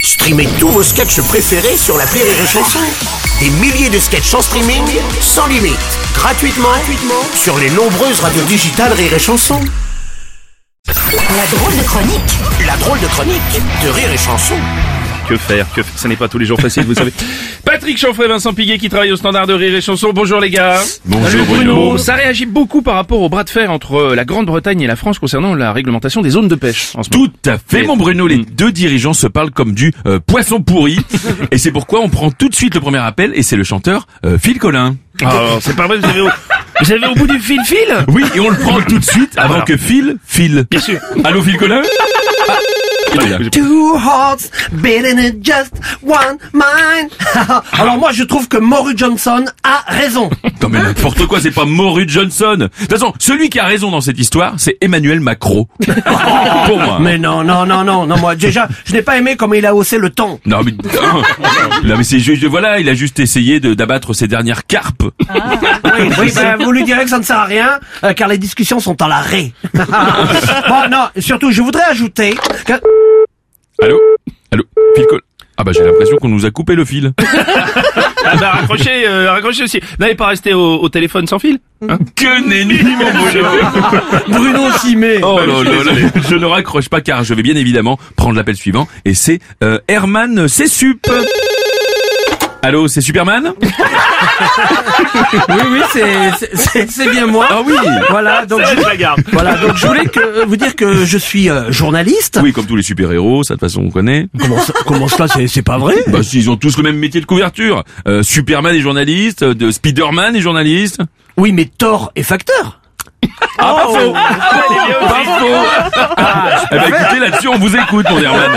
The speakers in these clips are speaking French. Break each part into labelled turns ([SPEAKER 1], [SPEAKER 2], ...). [SPEAKER 1] Streamez tous vos sketchs préférés sur la Rire et Chanson. Des milliers de sketchs en streaming, sans limite, gratuitement, gratuitement sur les nombreuses radios digitales Rire et Chanson. La drôle de chronique. La drôle de chronique de Rire et Chanson.
[SPEAKER 2] Que faire Que faire Ça n'est pas tous les jours facile, vous savez. Patrick Chanfray, Vincent Piguet qui travaille au standard de rire et chanson. Bonjour les gars.
[SPEAKER 3] Bonjour
[SPEAKER 2] Bruno. Ça réagit beaucoup par rapport au bras de fer entre euh, la Grande-Bretagne et la France concernant la réglementation des zones de pêche. En ce moment.
[SPEAKER 3] Tout à fait, Mm.
[SPEAKER 2] Mais-
[SPEAKER 3] mon Bruno. Les deux dirigeants se parlent comme du euh, poisson pourri. et c'est pourquoi on prend tout de suite le premier appel et c'est le chanteur euh, Phil Collin.
[SPEAKER 2] Ah, c'est pas vrai, vous avez au, vous avez au bout du fil fil
[SPEAKER 3] Oui, et on le prend tout de suite avant
[SPEAKER 2] voilà.
[SPEAKER 3] que Phil file.
[SPEAKER 2] Bien sûr.
[SPEAKER 3] Allô, Phil Collin
[SPEAKER 2] Très bien.
[SPEAKER 4] Two hearts beating in just one mind. Alors moi je trouve que Moru Johnson a raison.
[SPEAKER 3] Non mais n'importe quoi, c'est pas Maurice Johnson. De toute façon, celui qui a raison dans cette histoire, c'est Emmanuel Macron. Pour moi.
[SPEAKER 4] Mais non, non, non, non, non, moi déjà, je n'ai pas aimé comment il a haussé le ton.
[SPEAKER 3] Non mais, non, mais c'est juste, voilà, il a juste essayé de- d'abattre ses dernières carpes.
[SPEAKER 4] Oui, oui, ben, vous lui direz que ça ne sert à rien, euh, car les discussions sont à l'arrêt. bon, non, surtout, je voudrais ajouter que...
[SPEAKER 3] Allô Allô Phil Collin Ah bah j'ai l'impression qu'on nous a coupé le fil.
[SPEAKER 2] Ah bah raccrochez, euh, raccrochez aussi. Vous n'allez pas rester au, au téléphone sans fil
[SPEAKER 3] Que nenni, mon
[SPEAKER 4] Bruno Simé.
[SPEAKER 3] Oh
[SPEAKER 2] je
[SPEAKER 3] là
[SPEAKER 2] suis
[SPEAKER 3] là là.
[SPEAKER 2] désolé.
[SPEAKER 3] Je ne raccroche pas car je vais bien évidemment prendre l'appel suivant et c'est euh, Herman Cessup. Allô, c'est Superman
[SPEAKER 4] Oui, oui, c'est- c'est- c'est c'est bien moi.
[SPEAKER 3] Ah oui
[SPEAKER 4] Voilà, donc je,
[SPEAKER 2] Je la garde.
[SPEAKER 4] voilà, donc je voulais que, euh, vous dire que je suis euh, journaliste.
[SPEAKER 3] Oui, comme tous les super-héros, ça de toute façon on connaît.
[SPEAKER 4] Comment, ça- comment cela, c'est- c'est pas vrai
[SPEAKER 3] Bah si, ils ont tous le même métier de couverture. Euh, Superman est journaliste, euh, de Spiderman est journaliste.
[SPEAKER 4] Oui, mais Thor est facteur. Ah, oh,
[SPEAKER 3] Bravo Eh ben écoutez, là-dessus on vous écoute, mon Herman.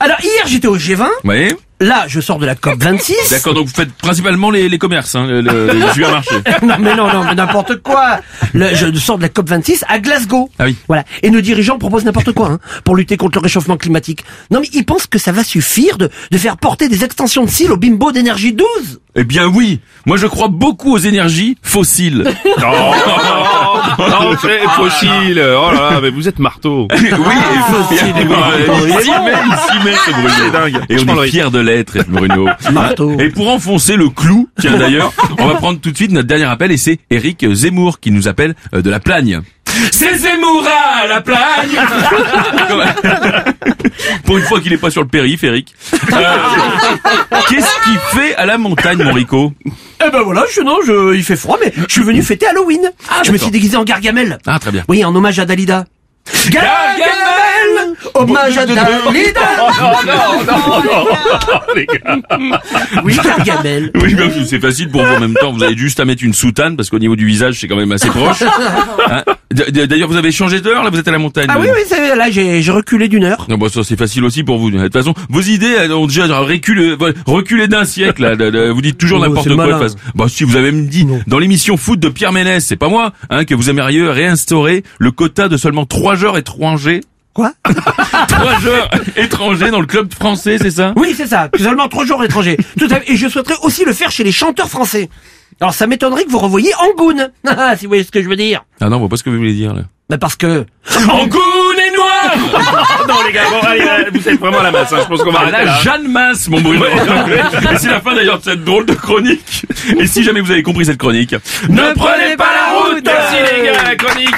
[SPEAKER 4] Alors hier j'étais au G20,
[SPEAKER 3] Vous voyez
[SPEAKER 4] là je sors de la COP 26.
[SPEAKER 3] D'accord, donc vous faites principalement les, les commerces, hein, le, le- les supermarchés.
[SPEAKER 4] Non mais non non mais n'importe quoi. Le- je sors de la COP 26 à Glasgow.
[SPEAKER 3] Ah oui.
[SPEAKER 4] Voilà. Et nos dirigeants proposent n'importe quoi hein, pour lutter contre le réchauffement climatique. Non mais ils pensent que ça va suffire de, de faire porter des extensions de cils au bimbo d'énergie 12.
[SPEAKER 3] Eh bien oui, moi je crois beaucoup aux énergies fossiles.
[SPEAKER 2] Non, non, non, oh, c'est fossile. Oh là là, mais vous êtes marteau.
[SPEAKER 3] oui, et
[SPEAKER 4] fossiles,
[SPEAKER 3] et
[SPEAKER 4] oui.
[SPEAKER 3] et- si même, si même, ce Bruno.
[SPEAKER 2] Ah, C'est dingue.
[SPEAKER 3] Et
[SPEAKER 2] Je prends
[SPEAKER 3] on
[SPEAKER 2] le
[SPEAKER 3] est
[SPEAKER 2] risque.
[SPEAKER 3] fiers de l'être, Bruno.
[SPEAKER 4] Marteau.
[SPEAKER 3] Et pour enfoncer le clou, tiens d'ailleurs, on va prendre tout de suite notre dernier appel et c'est Eric Zemmour qui nous appelle euh, de la Plagne. C'est Zemmour à la Plagne Pour une fois qu'il est pas sur le périph', Eric. Euh, Qu'est-ce qu'il fait à la montagne, mon Rico
[SPEAKER 4] Eh ben voilà, je non, je, il fait froid mais je suis venu fêter Halloween. je me suis déguisé en Gargamel.
[SPEAKER 3] Ah, très bien.
[SPEAKER 4] Oui, en hommage à Dalida. Gargamel, hommage à Dalida.
[SPEAKER 3] Oh,
[SPEAKER 2] Oh,
[SPEAKER 4] Oui, Gargamel.
[SPEAKER 3] Oui, bah, c'est facile pour vous en même temps. Vous avez juste à mettre une soutane parce qu'au niveau du visage, c'est quand même assez proche. Hein D- d- D'ailleurs, vous avez changé d'heure, là, vous êtes à la montagne.
[SPEAKER 4] Ah oui,
[SPEAKER 3] maintenant.
[SPEAKER 4] oui, c'est- là j'ai j'ai reculé d'une heure.
[SPEAKER 3] Non, bah, ça, c'est facile aussi pour vous. De toute façon, vos idées, elles ont déjà reculé, reculé d'un siècle, là. De- de- Vous dites toujours
[SPEAKER 4] Oh,
[SPEAKER 3] n'importe
[SPEAKER 4] c'est
[SPEAKER 3] quoi. de
[SPEAKER 4] malin.
[SPEAKER 3] façon. Bah, si, vous avez même dit,
[SPEAKER 4] Non.
[SPEAKER 3] dans l'émission foot de Pierre Ménès, c'est pas moi, hein, que vous aimeriez réinstaurer le quota de seulement trois joueurs étrangers.
[SPEAKER 4] Quoi
[SPEAKER 3] Trois joueurs étrangers dans le club français, c'est ça?
[SPEAKER 4] Oui, c'est ça, seulement trois jours étrangers. Tout à fait. Et je souhaiterais aussi le faire chez les chanteurs français. Alors ça m'étonnerait que vous revoyiez Angoun, si vous voyez ce que je veux dire.
[SPEAKER 3] Ah non, on voit pas ce que vous voulez dire, là.
[SPEAKER 4] Bah parce que...
[SPEAKER 3] Angoune et noir!
[SPEAKER 2] Non les gars, bon, allez, là, vous êtes vraiment à la masse. hein. Je pense qu'on va
[SPEAKER 3] Bah,
[SPEAKER 2] arrêter là.
[SPEAKER 3] la Jeanne Mince, mon Bruno. Et c'est la fin d'ailleurs de cette drôle de chronique. Et si jamais vous avez compris cette chronique, ne prenez pas la route.
[SPEAKER 2] Merci les gars, la chronique.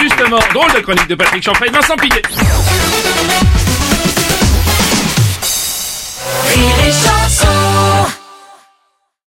[SPEAKER 2] Justement, drôle de chronique de Patrick Champagne, Vincent Piguet.